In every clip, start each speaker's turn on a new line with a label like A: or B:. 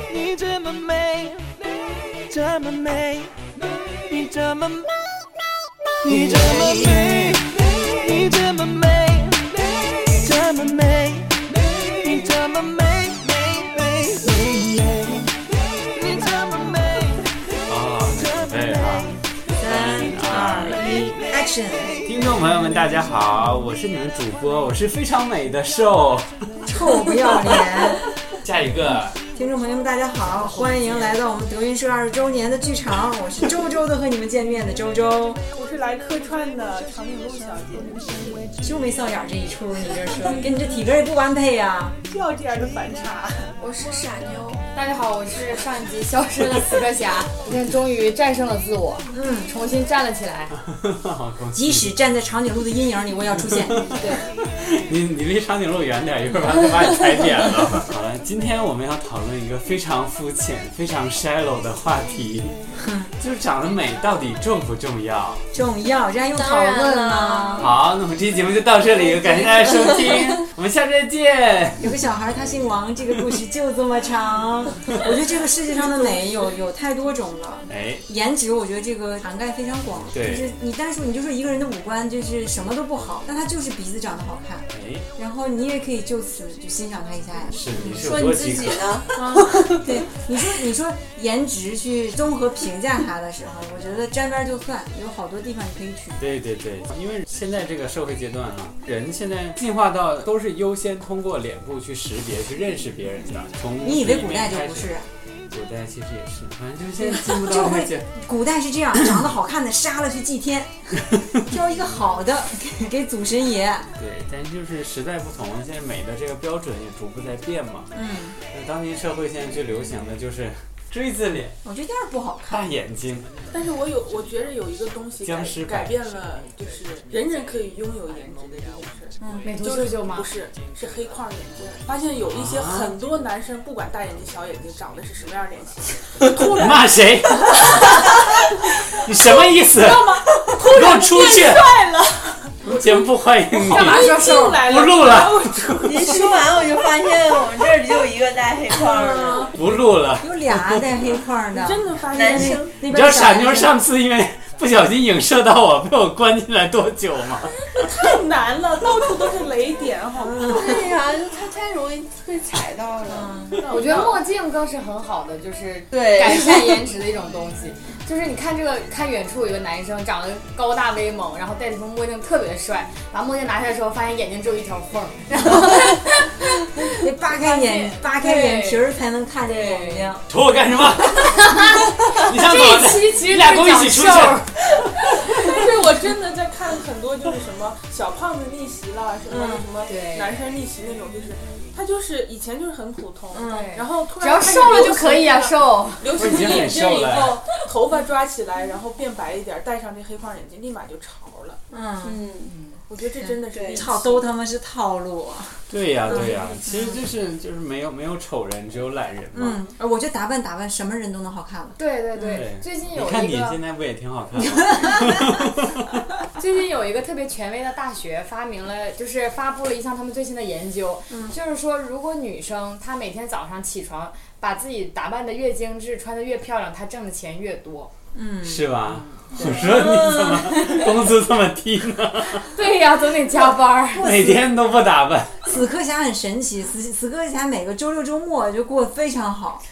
A: 么美，这么美，你这么美，你这么美，你这么美，这么美，你这么美，美美美美，你这么美，
B: 啊，
A: 这么
B: 对啊
A: 美。
C: 三二一，Action！
B: 听众朋友们，大家好，我是你们主播，我是非常美的瘦。
C: 臭不要脸！
B: 下一个，
C: 听众朋友们，大家好，欢迎来到我们德云社二十周年的剧场，我是周周都和你们见面的周周。
D: 我是来客串的长颈鹿小姐，
C: 就没笑眼儿这一出，你这说，跟你这体格也不般配啊呀、
D: 就要这样的反差。
E: 我是傻妞。大家好，我是上一集消失的死磕侠。今天终于战胜了自我，嗯，重新站了起来。
B: 好恭喜
C: 即使站在长颈鹿的阴影里，我也要出 现。
B: 你，你离长颈鹿远点，一会儿它就把你踩扁了。好了，今天我们要讨论一个非常肤浅、非常 shallow 的话题，就是长得美到底重不重要？
C: 重要，这还用讨
E: 当
C: 论
E: 然
C: 吗
E: 了？
B: 好，那我们这期节目就到这里，感谢大家收听，我们下次再见。
C: 有个小孩，他姓王，这个故事就这么长。我觉得这个世界上的美有有太多种了。
B: 哎，
C: 颜值，我觉得这个涵盖非常广，就
B: 对
C: 是你单说你就说一个人的五官就是什么都不好，但他就是鼻子长得好看，
B: 哎，
C: 然后你也可以就此就欣赏他一下呀。
B: 是你是有多饥渴？
E: 呢？
C: 对，你说你说颜值去综合评价他的时候，我觉得沾边儿就算，有好多地方你可以取。
B: 对对对，因为现在这个社会阶段啊，人现在进化到都是优先通过脸部去识别、去认识别人的。从
C: 你以为古
B: 里
C: 代
B: 面
C: 就
B: 开
C: 不
B: 始
C: 是？啊？
B: 古代其实也是，反正就是现在进步
C: 就
B: 到
C: 会
B: 那些。
C: 古代是这样，长得好看的杀了去祭天，挑一个好的给给祖神爷。
B: 对，但就是时代不同，现在美的这个标准也逐步在变嘛。
C: 嗯，
B: 那当今社会现在最流行的就是锥子脸、
C: 我觉得当然不好看。
B: 大眼睛，
D: 但是我有，我觉着有一个东西
B: 僵
D: 改
B: 尸版
D: 改变了，就是人人可以拥有颜值的这个事儿。
E: 美图
D: 就
E: 秀
D: 是
E: 秀吗
D: 不？是，是黑框眼镜。发现有一些
B: 啊
D: 很多男生，不管大眼睛小眼睛，长得是什么样的脸型，
B: 你骂 谁？你什么意思？ 你给我出去！ 节目不欢迎你。
D: 一进来
B: 不录了
D: 把我出
F: 您说完我就发现我们这儿只有一个带黑框的，
B: 不录了。
C: 有俩带黑框的，
D: 真的发
F: 男
D: 现，
F: 生
C: 那
B: 你
C: 边
B: 知道傻
C: 小
B: 妞
C: 孩子
B: 上次因为不小心影射到我，被我关进来多久吗？
D: 太难了，到处都是雷点，好吗？
F: 对呀、就他太容易被踩到了。
E: 我
B: 嗯
E: 觉得墨镜更是很好的，就是
F: 对
E: 改善颜值的一种东 西。就是你看这个，看远处有一个男生长得高大威猛，然后戴着副墨镜特别帅，把墨镜拿下来之后，发现眼睛只有一条 缝儿，然后
C: 得扒开眼扒开眼皮儿才能看见眼睛。
B: 瞅我干什么？你想怎么
E: 这一
B: 的？
E: 期其
B: 你
E: 实
B: 俩跟我一起
E: 是
B: 出
E: 讲瘦
B: 去
E: 儿。
D: 但是我真的在看很多就是什么小胖子逆袭了，什么
C: 嗯
D: 什么
E: 对
D: 男生逆袭那种，就是他就是以前就是很普通，
E: 对
D: 然后突
E: 只
D: 然
E: 要
D: 开始
E: 瘦了就可以啊，瘦。
D: 流行
B: 我已经
D: 了
B: 很
D: 眼镜
B: 瘦
D: 以
B: 了
D: 后，头发抓起来，然后变白一点，戴上这黑框眼镜，立马就潮了。
C: 嗯，
F: 嗯，
D: 我觉得这真的是
F: 对
D: 运气
C: 操，都他妈是套路。啊
B: 对呀、
E: 嗯
B: 对呀、其实就是就是没有没有丑人，只有懒人嘛。
C: 嗯，我觉得打扮打扮，什么人都能好看了。
E: 对对对
B: 对，
E: 最近
B: 你
E: 有
B: 看
E: 一
B: 你
E: 个
B: 现在不也挺好看 吗？
E: 最近有一个特别权威的大学发明了，就是发布了一项他们最新的研究，就是说，如果女生她每天早上起床，把自己打扮的越精致，穿的越漂亮，她挣的钱越多。
C: 嗯，
B: 是吧？我说你怎么 工资这么低呢？
E: 对呀、总得加班儿。
B: 每天都不打扮，
C: 死磕侠很神奇，死死磕侠每个周六周末就过得非常好。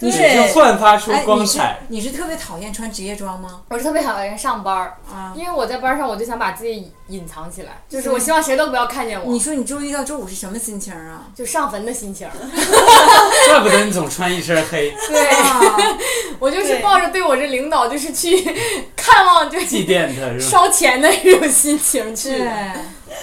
B: 你
F: 对
B: 是焕发出
C: 哎，
B: 光
C: 你是
B: 彩。
C: 你是特别讨厌穿职业装吗？
E: 我是特别讨厌上班儿，
C: 啊，
E: 因为我在班上我就想把自己隐藏起来，就是我希望谁都不要看见
C: 你
E: 我，
C: 说你周一到周五是什么心情啊？
E: 就上坟的心情儿。
B: 怪不得你总穿一身黑，
E: 对
C: 啊，
E: 我就是
F: 对
E: 抱着对我这领导就是去 看望就
B: 祭
E: 是
B: 奠他 是吧？
E: 烧钱的这种心情去的。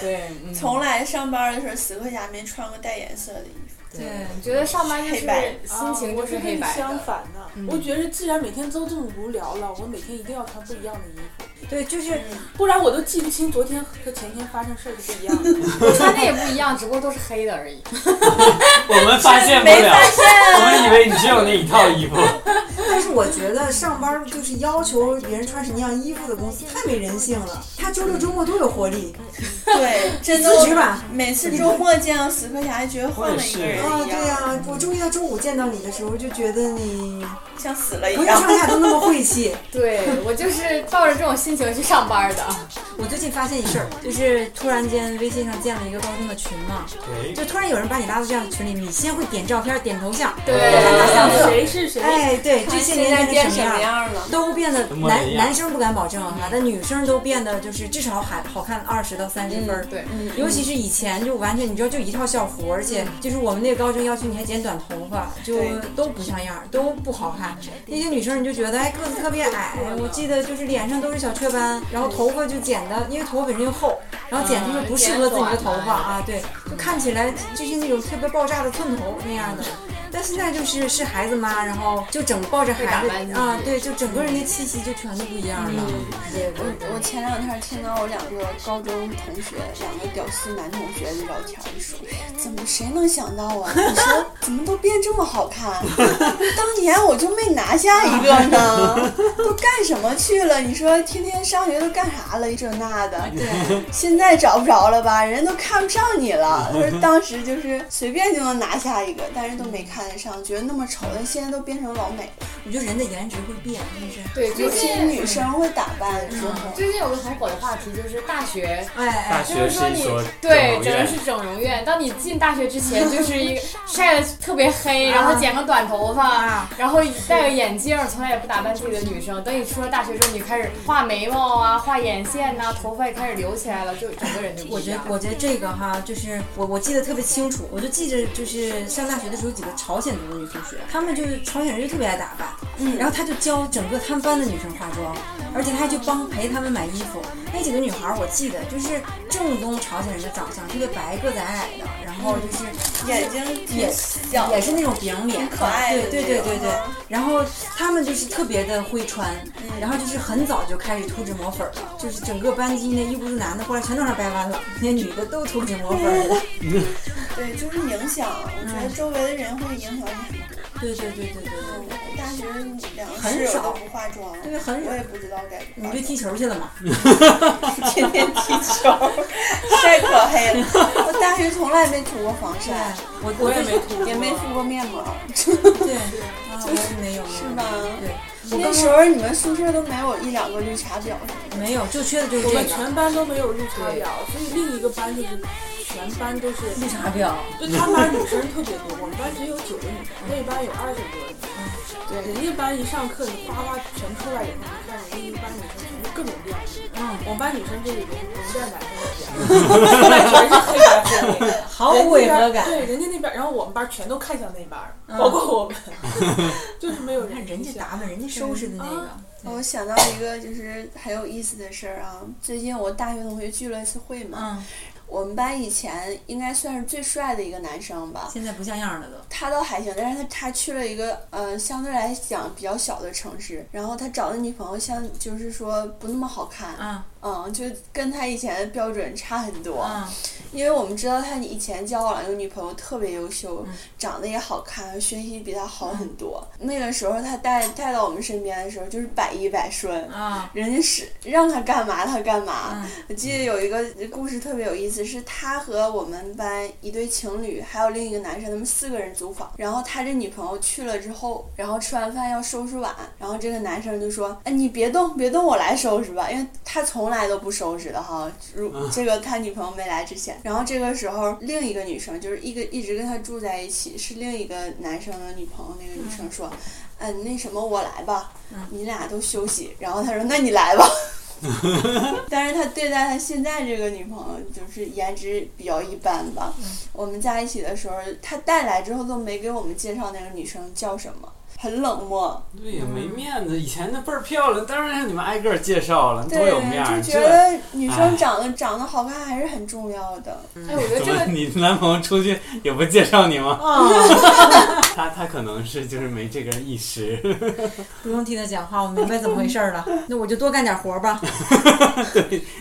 C: 对
E: 对，嗯
F: 从来上班的时候，死磕侠没穿过带颜色的衣服。
E: 对，我觉得上班就是
F: 黑白
E: 心情
D: 啊
E: 就
D: 我
E: 是
D: 是
E: 黑
D: 跟你
E: 白
D: 相
E: 的。嗯
D: 反呢，我觉着既然每天都这么无聊了，我每天一定要穿不一样的衣服，
C: 对，就是
D: 不然我都记不清昨天和前天发生事儿是不一 样的。
E: 我穿的也不一样，只不过都是黑的而已。
B: 我们发现不
F: 没
B: 了
F: 发，现
B: 我们以为你只有那一套衣服。
C: 但是我觉得上班就是要求别人穿什么样衣服的公司太没人性了。他周六周末多有活力，
F: 对，真的
C: 辞职吧，
F: 我每次周末见到死磕侠，觉得换了一个人
C: 啊，
F: 一
C: 对
F: 样，
C: 呀、我终于到周五见到你的时候，就觉得 你
F: 像死了一
C: 不用
F: 样
C: 上。 下都那么晦气。
E: 对我就是抱着这种心情去上班的。
C: 我最近发现一事儿，就是突然间微信上建了一个高中的群嘛，
B: 哎，
C: 就突然有人把你拉到这样的群里，你先会点照片、点头像，
E: 对，
D: 谁是谁？
C: 哎，对，这些
F: 现在
C: 年
F: 变
C: 变
F: 什么？样了？
C: 都变得
B: 都模一
C: 男
B: 样
C: 男生不敢保证哈，但女生都变得就是至少还好看二十到三十分儿。
E: 对，
F: 嗯
C: 尤其是以前就完全你知道就一套校服，而且就是我们那个高中要求你还剪短头发，就
F: 对
C: 都不像样儿，都不好看。那些女生你就觉得哎个子特别矮，我记得就是脸上都是小雀斑，然后头发就剪的，因为头发本身又厚，然后剪出来不适合自己的头发啊，对，就看起来就是那种特别爆炸的寸头那样的。但现在就是是孩子妈，然后就整抱着孩
E: 会打扮
C: 子
E: 嗯自己
C: 啊，对，就整个人的气息就全都不一样了。也不
F: 我我前两天听到我两个高中同学，两个屌丝男同学就聊天说，怎么谁能想到啊？你 说怎么都变这么好看？ 当年我就没拿下一个呢，都干什么去了？你说天天上学都干啥了？这那的，
C: 对，
F: 现在找不着了吧？人都看不上你了。他说当时就是随便就能拿下一个，但是都没看得上，觉得那么丑，但现在都变成老美了，
C: 我觉得人的颜值会变，真是。
E: 对，
F: 尤
E: 最
F: 其是
E: 近
F: 女生会打扮之后。
E: 最近有个很火的话题，就是大学
C: 哎哎
B: 大，
E: 就
B: 学
E: 是说
B: 是
E: 你
B: 一所
E: 对，
B: 整容
E: 整
B: 院
E: 的是整容院。当你进大学之前，就是一个晒得特别黑，然后剪个短头发
C: 啊，
E: 然后戴个眼镜，从来也不打扮自己的女生。等你出了大学之后，你开始画眉毛啊，画眼线呐、头发也开始留起来了，就整个人就不
C: 我
E: 一
C: 觉得
E: 样。
C: 我觉得这个哈，就是我我记得特别清楚，我就记着就是上大学的时候几个朝鲜族的女同学，她们就是朝鲜人就特别爱打扮，嗯，然后她就教整个他们班的女生化妆，而且她还去帮陪她们买衣服。那几个女孩儿我记得就是正宗朝鲜人的长相，特别白，个子矮矮的，然后就是
F: 眼睛挺
C: 也
F: 小，
C: 也是那种饼脸，
F: 嗯哦可爱的
C: 对对对对对
F: 嗯。
C: 然后他们就是特别的会穿，然后就是很早就开始涂脂抹粉了，就是整个班级那一不是男的，后来全都让掰弯了，连女的都涂脂抹粉了。
F: 对，就是影响。我觉得
C: 嗯
F: 周围的人会影响你很多。
C: 对对对对对对，
F: 我大学两个
C: 很
F: 室友
C: 少
F: 都不化妆，
C: 对很少
F: 我也不知道该不
C: 你
F: 化
C: 就踢球去了嘛？
F: 妆。天天踢球，晒可黑 了。我大学从来没涂过防
C: 对
F: 晒，，
C: 我
D: 我
C: 我
D: 也
C: 就是
D: 没涂过，
F: 也没敷过面膜，
C: 对，啊，我也没有，
F: 是
C: 是
F: 吗？
C: 对，我
F: 那
C: 刚
F: 时候你们宿舍都没有一两个绿茶婊什么的。
C: 没有，就缺的就是
D: 我
C: 这
D: 们
C: 个
D: 全班都没有绿茶婊，所以另一个班就是全班都是
C: 绿茶婊。
D: 就他们班女生特别多，我们班只有九个女生，那一班有二十多个。对，人家班一上课，你哗哗全出来以后，你看人家一班女生全是各种样子。
C: 嗯，
D: 我们班女生这里边不站男生的脸，出来全是黑白分明。
C: 嗯毫无违和
D: 人家那边
C: 感。嗯
D: 对，人家那边，然后我们班全都看向那班儿，包括我们，就是没有
C: 你看
D: 人
C: 人家打扮，人家收拾的那个，
F: 我想到一个就是很有意思的事儿啊，最近我大学同学聚了一次会嘛，
C: 嗯，
F: 我们班以前应该算是最帅的一个男生吧，
C: 现在不像样了都。
F: 他倒还行，但是他他去了一个呃相对来讲比较小的城市，然后他找的女朋友像就是说不那么好看，
C: 啊
F: 嗯，就跟他以前的标准差很多。
C: 啊，
F: 因为我们知道他以前交往一个女朋友特别优秀，长得也好看，学习比他好很多。那个时候他带带到我们身边的时候，就是百依百顺
C: 啊，
F: 人家是让他干嘛他干
C: 嗯
F: 嘛。我记得有一个故事特别有意思，是他和我们班一对情侣，还有另一个男生，他们四个人租房。然后他这女朋友去了之后，然后吃完饭要收拾碗，然后这个男生就说：“哎，你别动，别动，我来收拾吧。”因为他从来都不收拾的哈。如这个他女朋友没来之前，然后这个时候另一个女生就是一个一直跟他住在一起，是另一个男生的女朋友，那个女生说。嗯，那什么，我来吧，你俩都休息。然后他说：“那你来吧。”但是他对待他现在这个女朋友，就是颜值比较一般吧。我们在一起的时候，他带来之后都没给我们介绍那个女生叫什么，很冷漠。
B: 对呀，没面子。以前那倍儿漂亮，当然让你们挨个儿介绍了，多
F: 对
B: 有面，儿。哎
F: 就觉
B: 这
F: 得女生长得长得好看还是很重要的。
E: 哎，我觉得
B: 怎
E: 这
B: 么
E: 个
B: 你男朋友出去也不介绍你 吗？
C: 啊，
B: 他他可能是就是没这个意识。
C: 不用替他讲话，我明白怎么回事儿了。那我就多干点活儿吧，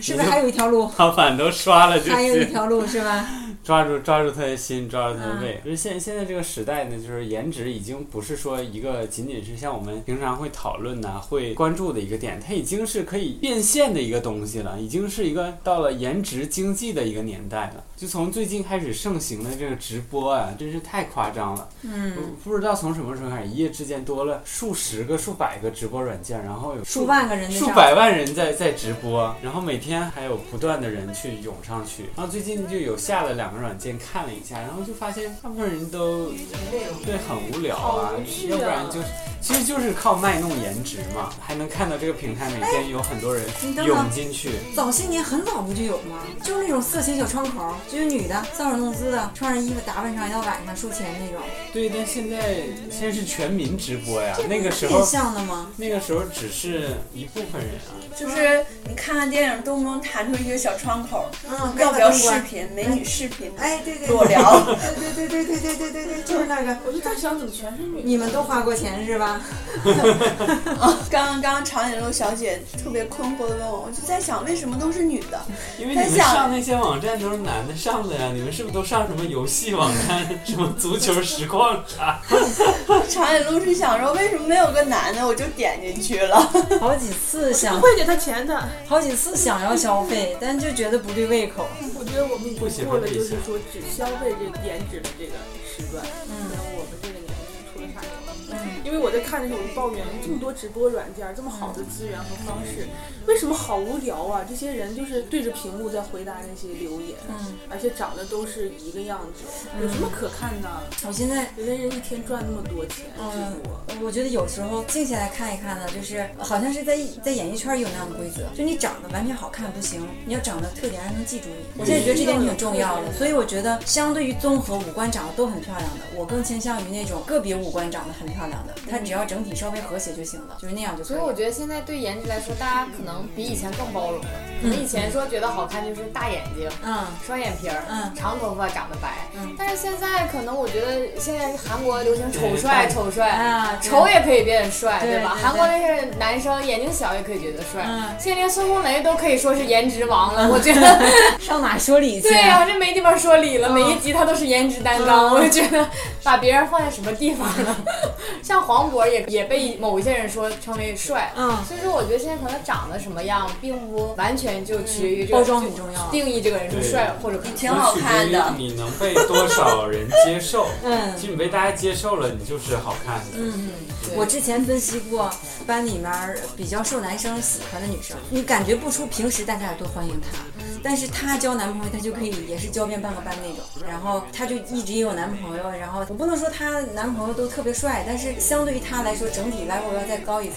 C: 是不是还有一条路？
B: 老板都刷了这
C: 还有一
B: 些，
C: 条路是吧？
B: 抓住抓住他的心，抓住他的胃。就是现现在这个时代呢，就是颜值已经不是说一个仅仅是像我们平常会讨论呐、会关注的一个点，它已经是可以变现的一个东西了，已经是一个到了颜值经济的一个年代了。就从最近开始盛行的这个直播啊，真是太夸张了。
C: 嗯，
B: 不不知道从什么时候开始，一夜之间多了数十个、数百个直播软件，然后有
C: 数万个人的
B: 数
C: 账
B: 百万人在在直播，然后每天还有不断的人去涌上去。然后最近就有下了两个软件看了一下，然后就发现大部分人都对很无聊啊
D: 好，无趣啊
B: 要不然就是其实就是靠卖弄颜值嘛，还能看到这个平台每天有很多人
C: 你
D: 哎
C: 等等
B: 涌进去。
C: 早些年很早不就有吗？就是那种色情小窗口，就是女的搔首弄姿的，穿上衣服打扮成要晚上收钱那种，
B: 对，但现在现在是全民直播呀，那个时
C: 变
B: 候
C: 相的吗？
B: 那个时候只是一部分人啊。
F: 就是你看看电影，动不动弹出一个小窗口，
C: 嗯
F: 要不要视？频？美女视频，
C: 哎，对对，
F: 裸聊。
C: 对对对对对对对对，就是那个。
D: 我就在想，怎么全是女的？
C: 你们都花过钱是吧？
F: 刚刚刚长颈鹿小姐特别困惑的问我，我就在想，为什么都是女的？
B: 因为你们上那些网站都是男的上的呀，你们是不是都上什么游戏网 站、什么足球实况啥？
F: 长颈鹿是想说，为什么没有个男的？我就点进去了。
C: 好几次想，
D: 会给他钱的。
C: 好几次想要消费，但就觉得不对胃口。
D: 我觉得我们已经过了就是说只消费这个颜值的这个时段，嗯，我们这个年龄出了啥头？
C: 嗯
D: 因为我在看的时候，我就抱怨这么多直播软件，这么好的资源和方式，为什么好无聊啊？这些人就是对着屏幕在回答那些留言，
C: 嗯，
D: 而且长得都是一个样子，有什么可看的？
C: 我现在
D: 人家人一天赚那么多钱，
C: 嗯
D: 直播。，
C: 我觉得有时候静下来看一看呢，就是好像是在在演艺圈有那样的规则，就你长得完全好看不行，你要长得特点让人记住你。我现在觉得这点挺重要的，所以我觉得相对于综合五官长得都很漂亮的，我更倾向于那种个别五官长得很漂亮的，她只要整体稍微和谐就行了，就是那样就可嗯
E: 所
C: 以
E: 以我
C: 了。
E: 觉得现在对颜值来说，大家可能比以前更包容了。可能以前说觉得好看就是大眼睛、
C: 嗯
E: 双眼皮儿、
C: 嗯
E: 长头发、长得白。
C: 嗯
E: 但是现在可能我觉得现在韩国流行丑帅，
B: 对
E: 丑帅。
C: 啊，
E: 丑也可以变帅，
C: 对
E: 吧？
C: 对
E: 韩国那些男生眼睛小也可以觉得帅，
C: 嗯
E: 现在连孙红雷都可以说是颜值 王了。我觉得，
C: 上哪说理去？
E: 对呀、这没地方说理了。每一集他都是颜值担当，我就觉得把别人放在什么地方了。 像黄渤也也被某一些人说称为帅，
C: 嗯
E: 所以说，我觉得现在可能长得什么样，并不完全就取决于这个
C: 包装很重要
E: 定义这个人是帅或者不帅。
F: 挺好看的
B: 你能被多少人接受？
C: 嗯
B: 其实你被大家接受了，你就是好看的。嗯，
C: 我之前分析过班里面儿比较受男生喜欢的女生，你感觉不出平时大家有多欢迎她，但是她交男朋友，她就可以也是交遍半个班那种。然后她就一直也有男朋友，然后我不能说她男朋友都特别帅，但是相对于她来说，整体 level 要再高一层。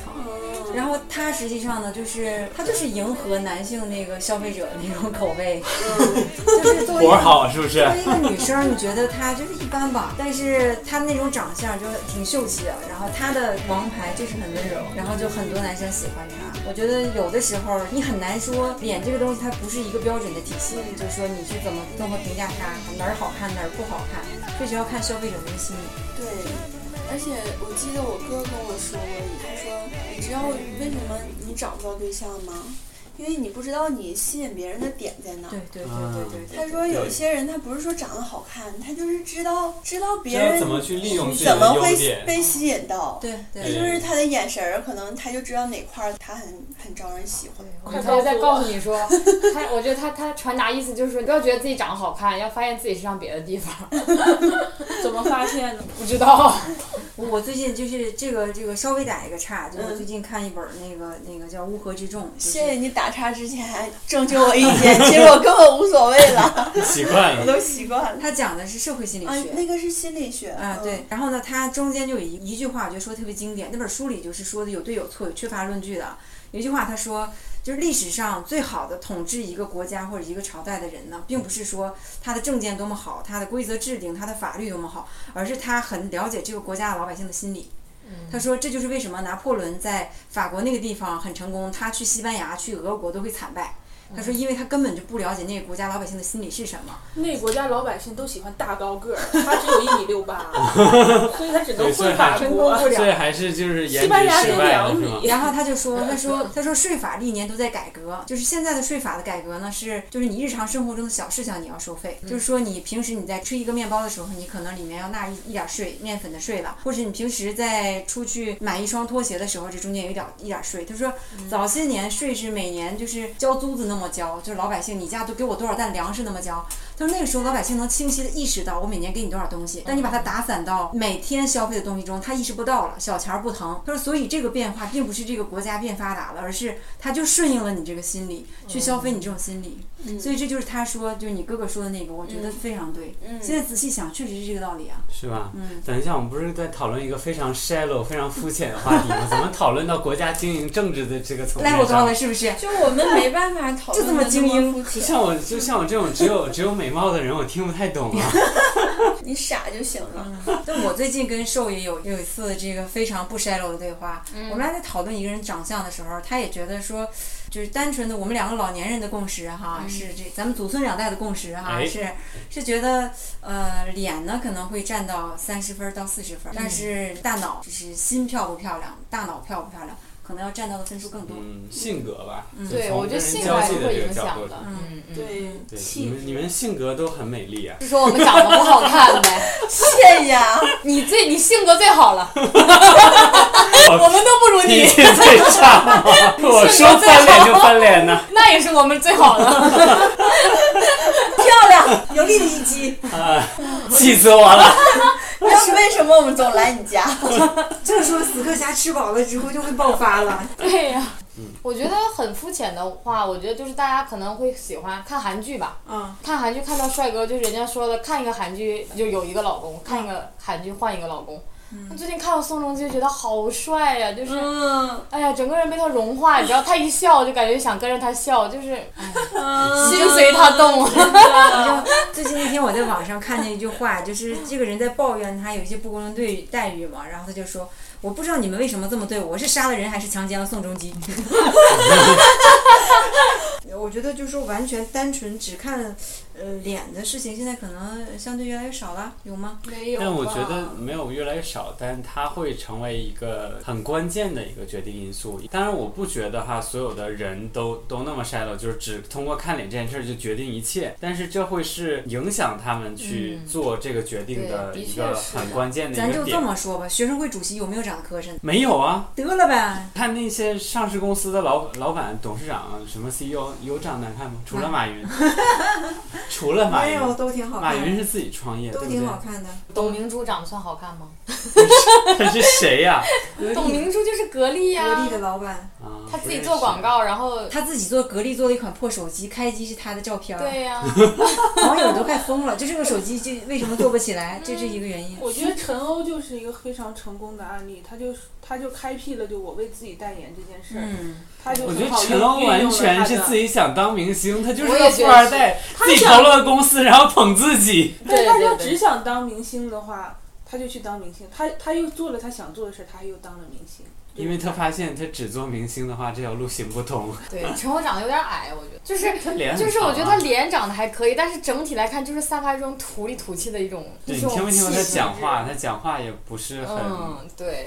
C: 然后她实际上呢，就是她就是迎合男性那个消费者那种口味， 就是作为一
B: 活
C: 个
B: 儿好是不是
C: 作？为一个女生，你觉得她就是一般吧，但是她那种长相就挺秀气的，然后她的王牌就是很温柔，然后就很多男生喜欢她。我觉得有的时候你很难说脸这个东西，它不是一个标准的体系，就是说你去怎么综合评价它，哪儿好看哪儿不好看，这就要看消费者们的心理。
F: 对，而且我记得我哥跟我说过，他说你知道为什么你找不到对象吗？因为你不知道你吸引别人的点在哪儿
C: 对。对对对对
F: 他说有些人他不是说长得好看，他就是知道知道别
B: 知道
F: 人
B: 怎么去利用自己
F: 怎么
B: 的优
F: 会
B: 点。
F: 被吸引到。
C: 对
F: 他
C: 对
F: 就。是他的眼神儿，可能他就知道哪块儿他很很招人喜欢。
E: 他就在告诉你说，他我觉得他他传达意思就是不要觉得自己长得好看，要发现自己身上别的地方。
D: 怎么发现呢？
E: 不知道，
C: 我我最近就是这个这个稍微打一个岔，就是我
F: 嗯
C: 最近看一本那个那个叫《乌合之众》，就是
F: 谢谢你打岔之前还正经我一 点，其实我根本无所谓了，
B: 习惯
F: 我
B: 了。
F: 都习惯了。
C: 它讲的是社会心理
F: 啊
C: 学，。
F: 那个是心理学
C: 啊，对，，然后呢，他中间就有一一句话，我觉得说得特别经典。那本书里就是说的有对有错，有缺乏论据的。有一句话他说，就是历史上最好的统治一个国家或者一个朝代的人呢，并不是说他的政见多么好，他的规则制定，他的法律多么好，而是他很了解这个国家的老百姓的心理。他说，这就是为什么拿破仑在法国那个地方很成功，他去西班牙、去俄国都会惨败。他说，因为他根本就不了解那个国家老百姓的心理是什么，
D: 那国家老百姓都喜欢大高个儿，他只有一米六八，所以他只能
B: 所以
D: 混法
B: 还
D: 国。
B: 所以还是就是颜
D: 西班
B: 值
D: 牙
B: 失
D: 得
B: 败了
D: 两
B: 是吗？
D: 米，
C: 然后他就说，他说，他说税法历年都在改革，就是现在的税法的改革呢，是就是你日常生活中的小事项你要收费，就是说你平时你在吃一个面包的时候，你可能里面要纳一一点税，面粉的税了，或者你平时在出去买一双拖鞋的时候，这中间有一点一点税。他说早些年税是每年就是交租子那么交，就是老百姓你家都给我多少担粮食那么交。他说那个时候老百姓能清晰的意识到我每年给你多少东西，但你把它打散到每天消费的东西中，他意识不到了，小钱儿不疼。他说所以这个变化并不是这个国家变发达了，而是他就顺应了你这个心理去消费你这种心理。
F: 嗯
C: 所以这就是他说就是你哥哥说的那个，我觉得非常对。
F: 嗯
C: 现在仔细想，确实是这个道理啊。
B: 是吧？
C: 嗯，
B: 等一下，我们不是在讨论一个非常 shallow、非常肤浅的话题吗？怎么讨论到国家经营政治的这个层面
C: 来，我告
B: 上
C: 了？是不是？
F: 就我们没办法讨论
C: 就这么
F: 得
C: 精英
F: 肤
B: 就
F: 浅，
B: 像我，就像我这种只有只有美貌的人，我听不太懂啊。
F: 你傻就行 了。
C: 但我最近跟瘦也有有一次这个非常不 shallow 的对话，我们俩在讨论一个人长相的时候，他也觉得说，就是单纯的我们两个老年人的共识哈，是这咱们祖孙两代的共识哈，
B: 哎
C: 是是觉得呃脸呢可能会占到三十分到四十分，但是大脑就是心漂不漂亮，大脑漂不漂亮，可能要占到的分数更多。
B: 嗯，性格吧，就
E: 对，
B: 从
E: 我觉
B: 跟
E: 得
B: 人
E: 性格
B: 交
E: 还是
B: 际的
E: 会
B: 这个
E: 影
B: 角
E: 响
B: 度
E: 的。
B: 上。
E: 嗯 嗯，
F: 对，
B: 对，你
F: 气
B: 们你们性格都很美丽啊。
E: 就说我们长得不好看呗。
F: 谢呀，
E: 你最你性格最 好了，我们都不如
B: 你
E: 你，
B: 这最差吗，我说翻脸就翻脸呢。
E: 那也是我们最好 了。
F: 漂亮，有力的一击。
B: 啊，气死我了！
F: 那是为什么我们总来你家？
C: 这说死磕侠吃饱了之后就会爆发了，
E: 对呀、我觉得很肤浅的话，我觉得就是大家可能会喜欢看韩剧吧。
D: 嗯，
E: 看韩剧看到帅哥，就是人家说的，看一个韩剧就有一个老
C: 嗯
E: 公，看一个韩剧换一个老公。那最近看到宋仲基，觉得好帅呀、就 是，
F: 嗯，
E: 哎呀，整个人被他融化，你知道，他一笑就感觉想跟着他笑，就是哎心
C: 嗯
F: 心
E: 随他动。
C: 你知道
E: 嗯
C: 最近那天我在网上看见一句话，就是这个人在抱怨他有一些不公正对待遇嘛，然后他就说：“我不知道你们为什么这么对我，我是杀了人还是强奸了宋仲基？” 我觉得就是说完全单纯只看呃脸的事情，现在可能相对越来越少了，有吗？
D: 没有吧。
B: 但我觉得没有越来越少，但它会成为一个很关键的一个决定因素。当然，我不觉得哈，所有的人都都那么 shallow，就是只通过看脸这件事儿就决定一切。但是这会是影响他们去
E: 嗯
B: 做这个决定的
E: 对的
B: 一
E: 确
B: 个
E: 是
B: 很
E: 的
B: 关键的
C: 咱
B: 一
C: 就
B: 个
C: 这
B: 点。
C: 么说吧，学生会主席有没有长得磕碜？
B: 没有啊，
C: 得了呗，
B: 看那些上市公司的老老板、董事长什么 CEO，有长得难看吗？除了马云，除了马云，
C: 哎都挺好
B: 马云是自己创业，对
C: 哦都
B: 不
C: 挺
B: 对
C: 好？看的。
E: 董明珠长得算好看吗？
B: 他 是谁呀？
E: 董明珠就是格力呀、
C: 格力的老板，
B: 啊，
E: 她自己
B: 不
E: 做
B: 认识
E: 广。告，然后
C: 他自己做格力做了一款破手机，开机是他的照片儿。
E: 对呀、
C: 网友都快疯了，就这个手机就为什么做不起来，这是一个原
E: 嗯
C: 因。
D: 我觉得陈欧就是一个非常成功的案例，他就是他就开辟了就我为自己代言这件事儿，
C: 嗯，
D: 他就
B: 我
D: 很
B: 觉得
D: 好地
B: 陈龙
D: 运
B: 完
D: 用了
B: 全
D: 他
B: 是
D: 的
B: 自己想当明星，他就是
E: 我
B: 个
E: 也觉
B: 富
E: 得
B: 二
E: 是
B: 代，
D: 他
B: 自己
D: 想
B: 投了公司，然后捧自己。
D: 但
E: 对
D: 他要
E: 对
D: 只
E: 对，
D: 想当明星的话，他就去当明星。他他又做了他想做的事儿，他又当了明星。
B: 因为他发现他只做明星的话，这条路行不通。
E: 对陈欧长得有点矮，我觉得就是
B: 他脸很
E: 就是我觉得
B: 长
E: 他
B: 啊
E: 脸长得还可以，但是整体来看就是散发一种土里土气的一种
B: 对
E: 一
B: 你
E: 种
B: 听没
E: 气
B: 听过他
E: 质。
B: 讲话？他讲话也不是很，
E: 嗯，对，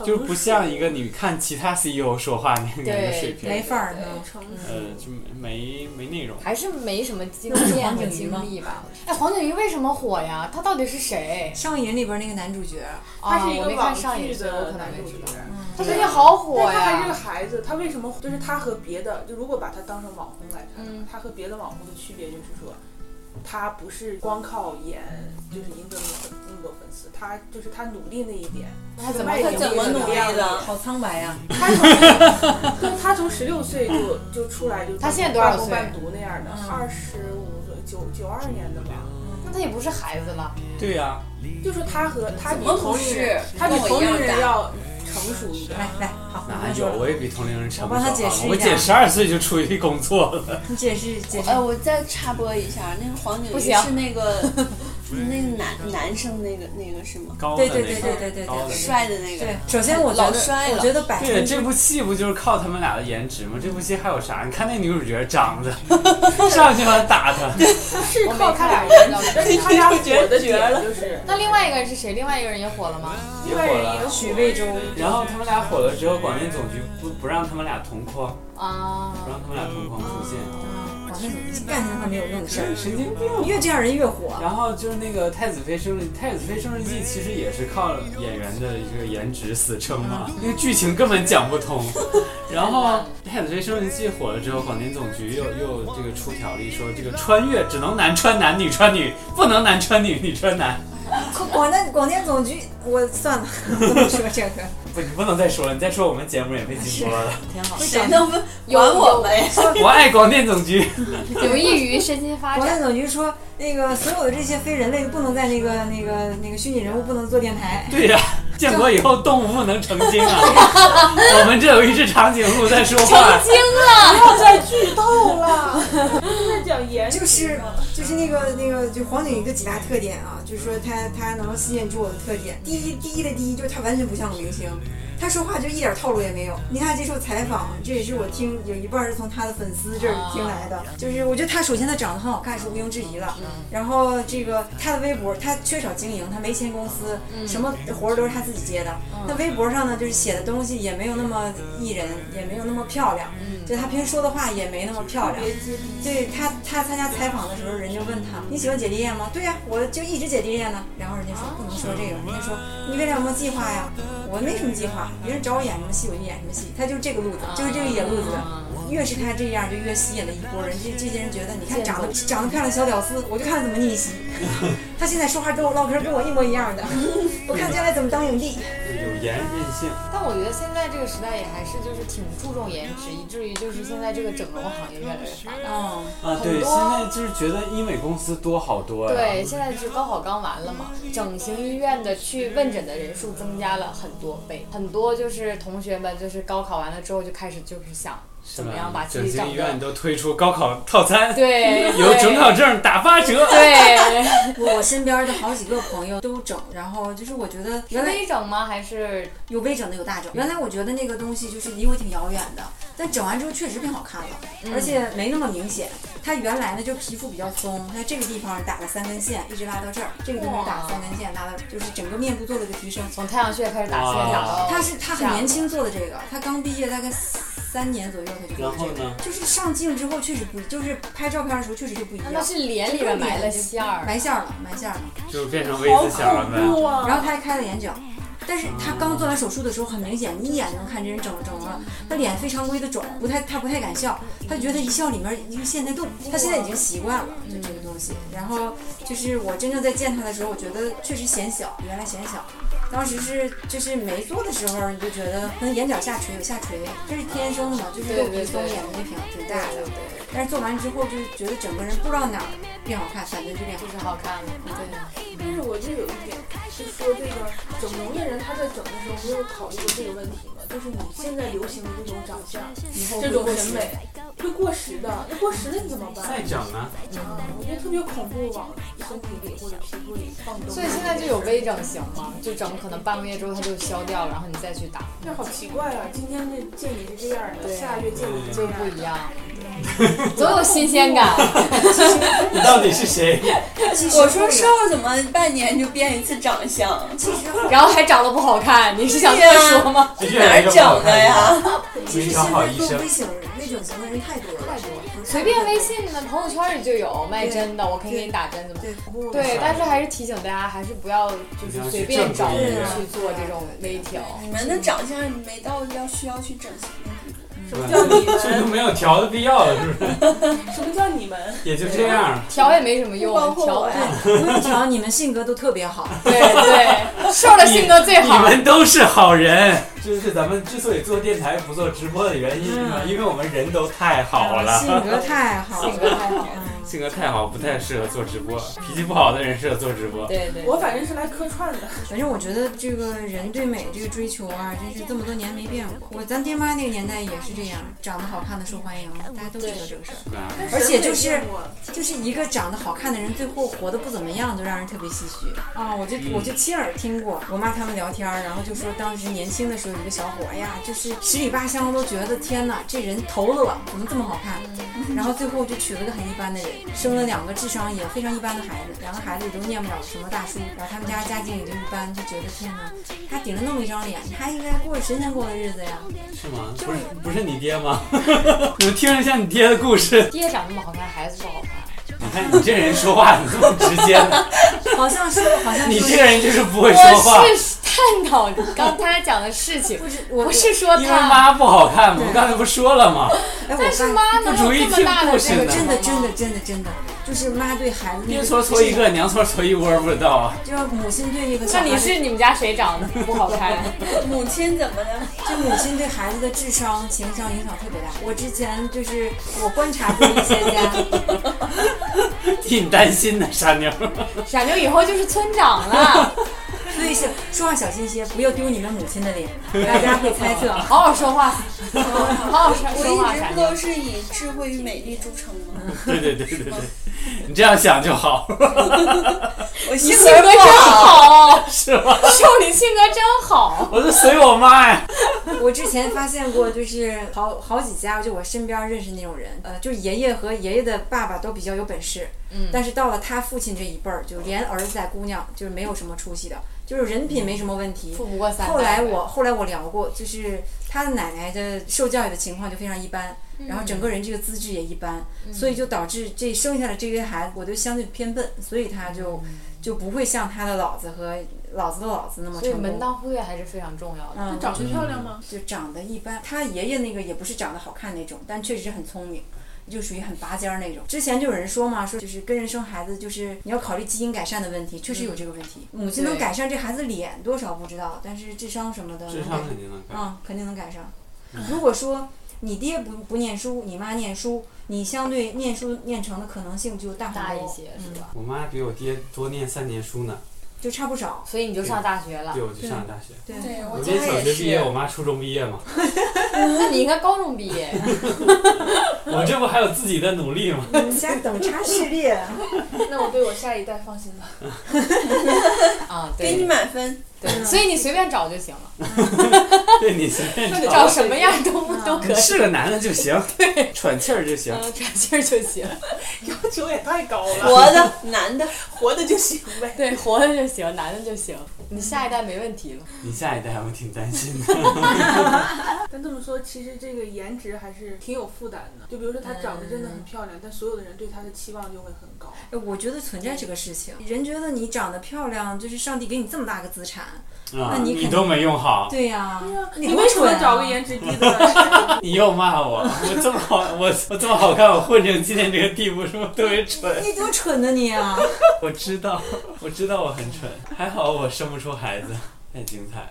B: 就是不像一个你看其他 CEO 说话那样的
E: 对哎
B: 水平。
C: 没法儿
E: 对
C: 呢。
D: 成
B: 呃，就没没内容。
E: 还是没什么经
C: 那不是
E: 验
C: 黄
E: 和
C: 景瑜
E: 经
C: 吗
E: 历吧。哎，黄景瑜为什么火呀？他到底是谁？
C: 上瘾里边那个男主角，
D: 他
E: 啊
D: 是一
E: 我
D: 个
E: 没看
D: 网
E: 上
D: 剧
E: 瘾，所以我
D: 的
E: 可能
D: 男
E: 没
D: 主
E: 知
D: 角
E: 道。，他
D: 他
E: 最近好火
D: 但他
B: 啊
D: 还是个
E: 呀！
D: 孩子，他为什么就是他和别的，就如果把他当成网红来看，
E: 嗯
D: 他和别的网红的区别就是说，他不是光靠演就是赢得赢得粉丝，他就是他努力那一点，
E: 他怎么
D: 外
E: 会
D: 形
E: 怎么
D: 是
E: 努
D: 那
E: 力
D: 样
F: 的
C: 好苍白啊！
D: 他从对他从十六岁就就出来就
E: 他现在多少岁
D: 半工半读那样的
C: 嗯，
D: 二十五岁九九二年的吧。
E: 那他也不是孩子了。
B: 对啊呀、
D: 就说他和他比
F: 怎么
D: 同
F: 不
D: 龄
F: 是
D: 人，他比
F: 跟我
D: 同
F: 一样
D: 龄人
F: 大
D: 要成熟一点。
C: 来来，好，
B: 哪
C: 你
B: 有
C: 说
B: 我也比同龄人成熟
C: 我帮他
B: 好
C: 解释
B: 吗
C: 一
B: 啊我
C: 下
B: 姐十二岁就出去工作了。
C: 你解释解释
F: 哦呃哎，。我再插播一下，那个黄景
E: 不
F: 瑜
E: 行
F: 是那个那个男男生那个那个是吗？
B: 高的
C: 对
B: 那个，
C: 对对对对对啊对
B: 高的那个
F: 帅的那个
C: 对，，首先我觉
F: 老
C: 得
F: 帅，了
C: 我觉得百
B: 对，
C: 分
B: 这
C: 之
B: 部戏不就是靠他们俩的颜值吗？这部戏还有啥？你看那女主角长 得，上去了打他，
D: 是
E: 我没
D: 靠
E: 看
D: 他俩
E: 俩
D: 人
E: 人
D: 的
E: 的，
D: 但是他俩火的点就是
E: 那另外一个人是谁？另外一个人也火了吗？
B: 也火
D: 也
B: 了。
C: 许魏洲，
B: 然后他们俩火了之后，广电总局不不让他们俩同框，
E: 啊，
B: 不让他们俩同框出现，
C: 反正干什么没有用的事儿，
B: 神经病。
C: 越这样人越火。
B: 然后就是那个《太子妃升职太子妃升职记》其实也是靠演员的一个颜值死撑嘛，那个剧情根本讲不 通。然后《太子妃升职记》火了之后，广电总局又又这个出条例说，这个穿越只能男穿男，女穿女，不能男穿女，女穿男。
C: 可广电广电总局，我算了，不能说这个。
B: 不， 你不能再说了，你再说我们节目也被禁播了。
F: 谁能不
E: 有
F: 管我们呀？
B: 我爱广电总局，
E: 有益于身心发
C: 广
E: 展。
C: 电总局说，那个所有的这些非人类的不能在那个那个那个虚拟人物不能做电 台。
B: 对呀、建国以后动物不能成精 啊。我们这有一只长颈鹿在说 话，
D: 不要再剧透了，在讲
C: 哎
D: 颜值，
C: 就是就是那个那个，就黄景瑜的几大特点啊，就是说他他能吸引住我的特点。第一第一的第一就是他完全不像个明星，他说话就一点套路也没有。你看他接受采访，这也是我听有一半是从他的粉丝这儿听来的，就是我觉得他首先他长得很好看是毋庸置疑的，
D: 嗯
C: 然后这个他的微博他缺少经营，他没签公司，什么活儿都是他自己接的。那微博上呢，就是写的东西也没有那么艺人，也没有那么漂亮，
D: 嗯
C: 就他平时说的话也没那么漂亮。对他，他参加采访的时候，人就问他：“你喜欢姐弟恋吗？”对呀、我就一直姐弟恋呢。然后人家说不能说这个，人家说你未来有没有计划呀？我没什么计划，别人找我演什么戏我就演什么戏，他就是这个路子，就是这个野路子的。
E: 啊
C: 越是他这样，就越吸引了一波人。这这些人觉得，你看长得长得漂亮的小屌丝，我就看怎么逆袭。 他现在说话跟我唠嗑跟我一模一样的，我看将来怎么当影帝。
B: 有颜任性。
E: 但我觉得现在这个时代也还是就是挺注重颜值，以至于就是现在这个整容行业越来越发达。
C: 哦，
B: 啊，对，
E: 很
B: 现
E: 多
B: 在就是觉得医美公司多好多呀。
E: 对，现在是高考刚完了嘛，整形医院的去问诊的人数增加了很多倍，很多就是同学们就是高考完了之后就开始就是想
B: 是
E: 怎
B: 吧，
E: 么样把
B: 嗯
E: 自
B: 整
E: 己
B: 形
E: 整
B: 医
E: 得
B: 院都推出高考套餐，
E: 对
B: 有
E: 对
B: 准考证打八折。
E: 对，
C: 哎我身边的好几个朋友都整，然后就是我觉得
E: 是
C: 原来
E: 微整吗？还是
C: 有微整的有大
E: 嗯
C: 整。原来我觉得那个东西就是离我挺遥远的，但整完之后确实变好看了，
E: 嗯
C: 而且没那么明显。它原来呢就皮肤比较松，它这个地方打了三根线，一直拉到这儿，这个地方打了三根线，拉到就是整个面部做了个提升。
E: 从太阳穴开始打线
B: 哇
E: 打到？
C: 他是他很年轻做的这个，他刚毕业大概三年左右他就做
B: 然
C: 了
B: 后
C: 这个。
B: 呢？
C: 就是上镜之后确实不，就是拍照片的时候确实就不一
E: 啊，
C: 样，
E: 那是脸里面埋了线儿。
C: 埋线儿了，埋线儿了。
B: 就是变成 V
D: 好
B: 字形了
D: 恐怖
B: 呗。
D: 啊！
C: 然后他还开了眼角，但是他刚做完手术的时候，很明显，你一眼能看这人整整容了，他脸非常微的肿，不太他不太敢笑，他觉得一笑里面一个线在动，他现在已经习惯了就这个东西。然后就是我真正在见他的时候，我觉得确实显小，原来显小。当时是就是没做的时候，你就觉得可能眼角下垂有下垂，这是天生的嘛，就是
E: 对
C: 肉
E: 对
C: 皮松
E: 对
C: 眼睛挺挺
E: 对
C: 大的
E: 对。对，
C: 但是做完之后就觉得整个人不知道哪儿变好看，反正就变好
E: 就是
C: 看。
E: 好看的。对，
D: 但是我就有一点，就说这个整容的人他在整的时候没有考虑过这个问题吗？就是你现在流行的这种长相，这种审美会过时的，那过时了你怎么办？
B: 再整啊！
D: 啊，我觉得特别恐怖，往身体里或者皮肤里放东西。
E: 所以现在就有微整形嘛，就整可能半个月之后它就消掉了，然后你再去打
D: 那好奇怪啊！今天这见你是这样的，
E: 对
D: 下个月见你是这
E: 就
D: 样
E: 不
D: 的。
E: 一样，总有新鲜感。
B: 你到底是 谁？
F: 我说瘦了怎么半年就变一次长相？
C: 其实
E: 然后还长得不好看，你是想这么说吗？
B: 这
F: 哪儿整的呀？？
C: 其实
B: 没找
C: 现
B: 好
C: 在
B: 医
C: 做
B: 生
C: 微。整微整形的人太多了，太多了，
E: 随便微信的朋友圈里就有卖针的，我可以给你打针，怎么？
C: 对。
E: 对，但是还是提醒大家，还是不要就是随便找人去做这种微调。
F: 你们的长相没到要需要去整形的地步。
D: 什么叫你
B: 这都
D: 们？
B: 没有调的必要了，是不是？
D: 什么叫你们？
B: 也就这样。
E: 调也没什么用，
F: 不包括
E: 调
F: 我呀
C: 不用调，你们性格都特别好。
E: 对 对，瘦的性格最
B: 你
E: 好。
B: 们都是好 人。这是咱们之所以做电台
E: 嗯
B: 不做直播的原因，是吧？因为我们人都太好了。
C: 性格太好了，
E: 性格太好了
C: 嗯
B: 性格太好不太适合做直播，脾气不好的人适合做直播。
E: 对对，
D: 我反正是来客串的，
C: 反正我觉得这个人对美这个追求啊，真是这么多年没变过。我咱爹妈那个年代也是这样，长得好看的受欢迎，大家都知道这个事儿。
B: 啊，
D: 但
C: 而且
D: 审美啊
C: 就是
D: 变过
C: 就是一个长得好看的人，最后活得不怎么样，就让人特别唏嘘啊！我
B: 嗯
C: 就我就亲耳听过我妈他们聊天儿，然后就说当时年轻的时候有一个小伙儿哎呀，就是十里八乡都觉得天哪，这人头子了，怎么这么好看？然后最后就娶了个很一般的人，生了两个智商也非常一般的孩子，两个孩子也都念不了什么大书，然后他们家家境也就一般，就觉得天哪，他顶着那么一张脸，他应该过着神仙过的日子呀。
B: 是吗？不是不是你爹吗？ 怎么听着像你爹的故事？
E: 爹长那么好看，孩子不好看。
B: 你看你这人说话怎么这么直接呢？
C: 好像是，好像
B: 你
C: 是
B: 这个人就是不会说话。
E: 我是探讨你刚才讲的事情，
C: 不是我
E: 不是说
B: 因为
E: 他，
B: 妈不好看嘛，我刚才不说了吗？
C: 哎，我
E: 但是
C: 发
E: 妈能
B: 不
E: 有
B: 逐一
E: 这么大
B: 听
E: 的
B: 故
E: 这
B: 事
E: 个
B: 呢
C: 真的真
E: 的
C: 的真的真的，就是妈对孩子那
B: 爹
C: 个
B: 搓搓一个，娘搓搓一窝，不知道啊。
C: 就是母亲对这个小孩
E: 那你
C: 的
E: 是你们家谁长得不好看？
F: 母亲怎么了？
C: 就母亲对孩子的智商、情商影响特别大。我之前就是我观察过一些家，
B: 替你担心呢，傻妞。
E: 傻妞以后就是村长了，
C: 所以是说话小心些，不要丢你们母亲的脸。大家可以猜测，
E: 好好说话，好好说
F: 我
E: 说话，
F: 一
E: 傻
F: 直不
E: 妞。
F: 都是以智慧与美丽著称吗？
B: 对对对对对，你这样想就好，
F: 我
E: 你
F: 性
E: 性格
F: 不
E: 真
F: 好，
E: 好，
B: 是吧？
E: 受你性格真好。
B: 我就随我妈呀。
C: 我之前发现过，就是好好几家，就我身边认识那种人，呃，就是爷爷和爷爷的爸爸都比较有本事，
E: 嗯
C: 但是到了他父亲这一辈儿，就连儿子带姑娘就是没有什么出息的，就是人品没什么问题，
E: 富不过三代。
C: 后来我后来我聊过，就是他的奶奶的受教育的情况就非常一般，
E: 嗯
C: 然后整个人这个资质也一般，所以就导致这生下来这些孩子，我就相对偏笨，所以他就、
B: 嗯
C: 就不会像他的老子和老子的老子那么
E: 所以
C: 成
E: 门
C: 功。
E: 当户对还是非常重要的。
C: 嗯，
D: 长得漂亮吗？
C: 就长得一般。他爷爷那个也不是长得好看那种，但确实很聪明，就属于很拔尖儿那种。之前就有人说嘛，说就是跟人生孩子，就是你要考虑基因改善的问题，确实
B: 嗯
C: 有这个问题。母亲能
E: 对
C: 改善这孩子脸多少不知道，但是智商什么的
B: 智
C: 能改
B: 商肯定能改。
C: 啊、肯定能赶上。
B: 嗯
C: 如果说你爹不不念书，你妈念书，你相对念书念成的可能性就大很
E: 大一
C: 多嗯
E: 些是吧？
B: 我妈比我爹多念三年书呢，
C: 就差不少。
E: 所以你就上大学了
B: 对，，我去上了大学。
C: 对，
F: 对我
B: 我
F: 家
B: 爹小
F: 也
B: 学毕业，
F: 是
B: 我。妈初中毕业嘛。
E: 那你应该高中毕业。
B: 我这不还有自己的努力 吗？
C: 你家等差序 列，
D: 那我对我下一代放心了。
E: 啊，
F: 给你
E: 对
F: 满分，
E: 对，所以你随便找就行了，
B: 对你随便找，
E: 找什么样都 都可以，
B: 是个男的就行， 对，喘气儿就行
E: 嗯，。喘气儿就 行，
D: 要求也太高了，
F: 活的男的，
D: 哎活的就行呗。
E: 对，活的就行，男的就行，你下一代没问题了。
B: 你下一代我挺担心 的，
D: 但这么说，其实这个颜值还是挺有负担的。就比如说她长得真的很漂亮，但所有的人对她的期望就会很高。
C: 哎我觉得存在这个事情，人觉得你长得漂亮，就是上帝给你这么大个资产，
B: 啊，
C: 那你肯
B: 你都没用好，
C: 对呀、
D: 你
C: 好
D: 为什
C: 蠢
D: 么
C: 啊
D: 找个？颜值低的呢？
B: 你又骂 我，我这么好，我我这么好看，我混成今天这个地步，是不是特别蠢？
C: 你多蠢呢你 啊！
B: 我知道，我知道我很蠢，还好我生不出孩 子，太精彩了。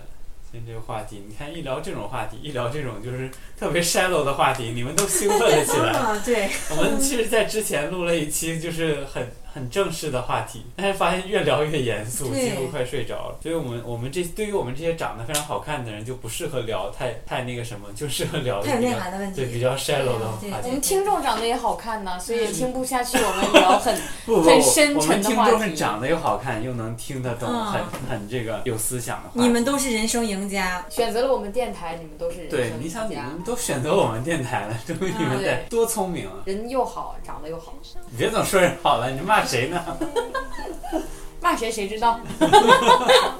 B: 今天这个话题，你看一聊这种话题，一聊这种就是特别 shallow 的话题，你们都兴奋了起来。哎
C: 啊，对，
B: 我们其实，在之前录了一期，就是很很正式的话题，但是发现越聊越严肃，
C: 对
B: 几乎快睡着了。所以，我们我们这对于我们这些长得非常好看的人，就不适合聊太太那个什么，就适合聊
C: 太有
B: 比
C: 内
B: 较
C: 涵的问
B: 对比
C: 题。
B: 较 shallow 的话
E: 我
B: 题。
E: 们听众长得也好看呢，所以也听不下去我们聊很
B: 不不，
E: 很
B: 不
E: 深
B: 我们
E: 沉的
B: 听
E: 话
B: 众是
E: 题
B: 长得又好看，又能听得懂，
C: 嗯
B: 很很这个有思想的话题。
C: 你们都是人生赢家，
E: 选择了我们电台，你们都是人
B: 对，
E: 生
B: 你想
E: 赢
B: 你
E: 家
B: 们都选择我们电台了，证明你们得
E: 对
B: 多聪明啊！
E: 人又好，长得又好，
B: 你别总说人好了，你骂谁呢？
E: 骂谁谁知 道？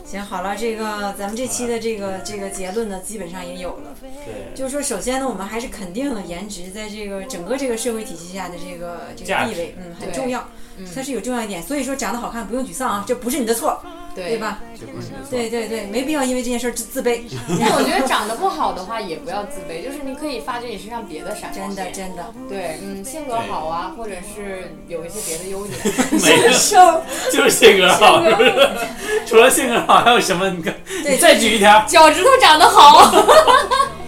C: 行好了，这个咱们这期的这个这个结论呢，基本上也有了。
B: 对，
C: 就是说，首先呢，我们还是肯定了颜值在这个整个这个社会体系下的这个这
B: 价
C: 个
B: 值
C: 地位，嗯，很
E: 对
C: 重要，它是有重要一点。所以说，长得好看不用沮丧啊，这不是你的错，对
E: 对？
C: 吧？
B: 这不是你的错
C: 对对对，没必要因为这件事儿自自卑，
E: 但我觉得长得不好的话也不要自卑，就是你可以发掘你身上别的闪光
C: 真的
E: 点。
C: 真的。
E: 对，嗯，性格好啊，或者是有一些别的优 点。
B: 没有，就是性格好，是不是？ 除了性格好，还有什么？你看，你再举一条。
E: 脚趾头长得好，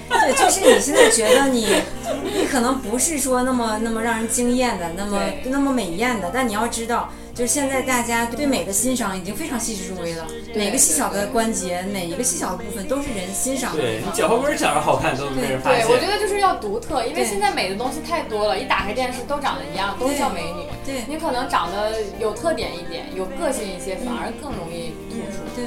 C: 对，就是你现在觉得你你可能不是说那么那么让人惊艳的，那么
E: 对
C: 那么美艳的，但你要知道，就是现在大家对美的欣赏已经非常细致入微了，每个细小的关节，每一个细小的部分都是人欣赏的地
B: 对你
C: 方。
B: 脚后跟长得好看都没人发
E: 对，我觉
B: 现。
E: 得就是要独特，因为
C: 对
E: 现在美的东西太多了，一打开电视都长得一样，都叫美女。
C: 对
E: 你可能长得有特点一点，有个性一些，反而更容易突出。
C: 对，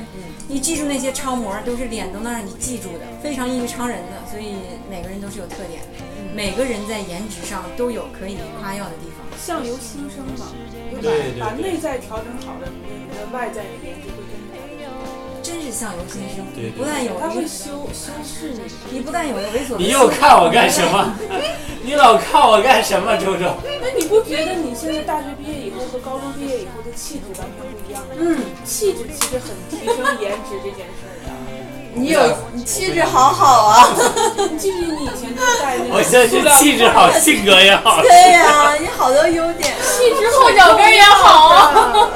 C: 你记住那些超模都是脸都能让你记住的，非常异于常人的，所以每个人都是有特点的，每个人在颜值上都有可以夸耀的地方。
D: 相由心生嘛，就
B: 对对
D: 把把
B: 对
D: 内在调整好了，你的外在的颜值会更好。
C: 真是相由心生，
B: 对对
C: 你不但有
D: 它
C: 一
D: 会
C: 个，
D: 修哦修饰你。
C: 你不但有一个猥琐的
B: 你
C: 气
B: 又
C: 质
B: 看我干什么？你老看我干什么，周周？
D: 那你不觉得你现在大学毕业以后和高中毕业以后的气质完全不一样吗？嗯，气质其实很提升颜值这件事儿啊的。
F: 你有你气质好好啊！
D: 你记不记得你以前就戴那
B: 我
D: 个
B: 现在是气质 好，性格也好。
F: 对呀、你好多优点啊，
E: 气质后脚跟也好啊，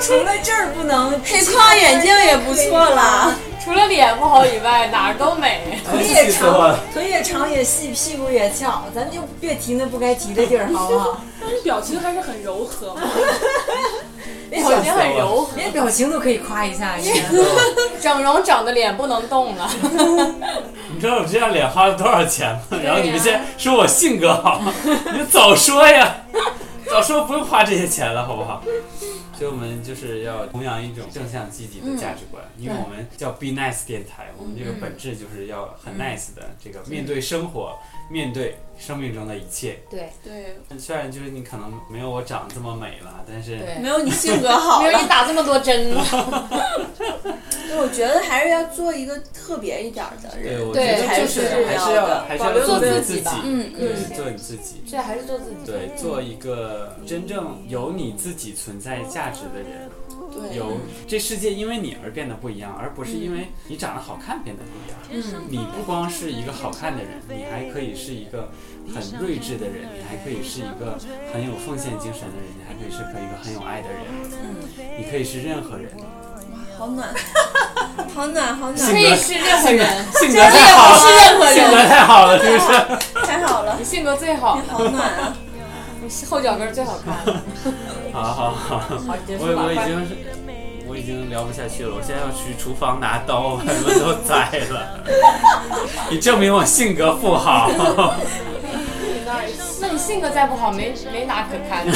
C: 除了这儿不能，
F: 黑框眼镜也不错啦。
E: 除了脸不好以外，哪儿都 美。
C: 腿也
B: 气死我
C: 长
B: 了，
C: 腿也长也细，屁股也翘，咱就别提那不该提的地儿，好不好？
D: 但是表情还是很柔和嘛。
C: 连
E: 表情
C: 表
E: 很柔和，
C: 连表情都可以夸一下，你看
E: 整容整的脸不能动了。
B: 你知道我这张脸花了多少钱吗？然后你们现在说我性格好，你们早说呀，早说不用花这些钱了，好不好？所以我们就是要弘扬一种正向积极的价值观，因为我们叫 Be Nice 电台，我们这个本质就是要很 nice 的这个面对生活，面对生命中的一切。
E: 对
F: 对，
B: 虽然就是你可能没有我长这么美了，但是
E: 对，
F: 没有你性格好
E: 没有
F: 了
E: 你。打这么多 针了。
F: 我觉得还是要做一个特别一点儿的
B: 对，
F: 人。
B: 我觉
E: 对
B: 得还
E: 就是
B: 是还是
F: 要
B: 要还是
D: 保
B: 要
D: 留
B: 做
E: 自
B: 你
E: 己
B: 己
E: 吧，
F: 嗯
B: 对
E: 嗯，
B: 做你自己，
E: 这还是做自己。
B: 对，做一个真正有你自己存在价值的人，
F: 对，
B: 有这世界因为你而变得不一样，而不是因为你长得好看变得不一样。嗯，你不光是一个好看的人，你还可以是一个很睿智的人，你还可以是一个很有奉献精神的人，你还可以是一个很有爱的人，嗯，你可以是任何人，
F: 好暖，啊好暖，好
E: 可
F: 暖，
E: 以是任何人，
B: 性格太好
F: 是任何人
B: 了，性格太好了，是不是？
F: 太好了，
E: 你性格最好
F: 你，好暖啊！
E: 你后脚跟最好看。
B: 好好好。
E: 好，结
B: 我
E: 束吧
B: 我已
E: 快。
B: 经是，我已经聊不下去了，我现在要去厨房拿刀， 把你们都宰了。 你证明我性格不好，
E: 那你性格再不好，没没哪可看的。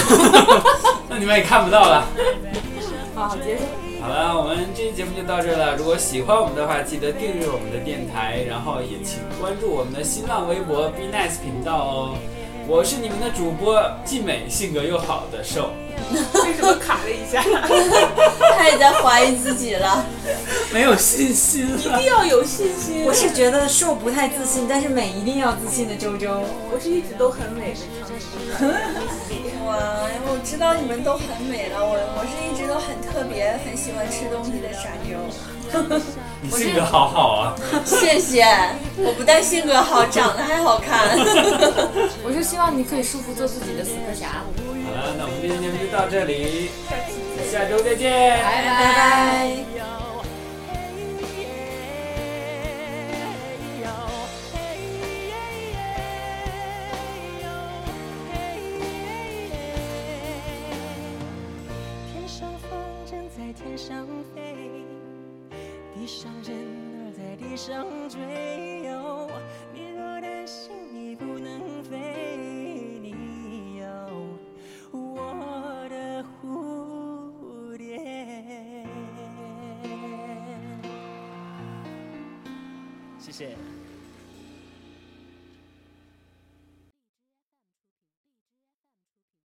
B: 那你们也看不到了。
E: 好，好结束。
B: 好了，我们这期节目就到这儿了。如果喜欢我们的话，记得订阅我们的电台，然后也请关注我们的新浪微博 Be Nice 频道哦。我是你们的主播，既美性格又好的瘦。
D: 为什么卡了 一下？
F: 他也在怀疑自己了。
B: 没有信心了。
D: 要有信心。
C: 我是觉得瘦不太自信，但是美一定要自信的周周。
D: 我是一直都很美的长颈鹿。
F: 哇，我知道你们都很美了，我我是一直都很特别，很喜欢吃东西的傻妞。
B: 你性格好好啊，
F: 谢谢，我不但性格好，长得还好看。
E: 我是希望你可以舒服做自己的死磕侠。
B: 好了，那我们这期节目就到这里，下周再见。
E: 拜
F: 拜
E: 拜。
F: 拜。
G: 天上风筝在天上飞，地上人儿在地上追。哦，你若担心你不能飞，你有我的蝴蝶。谢谢。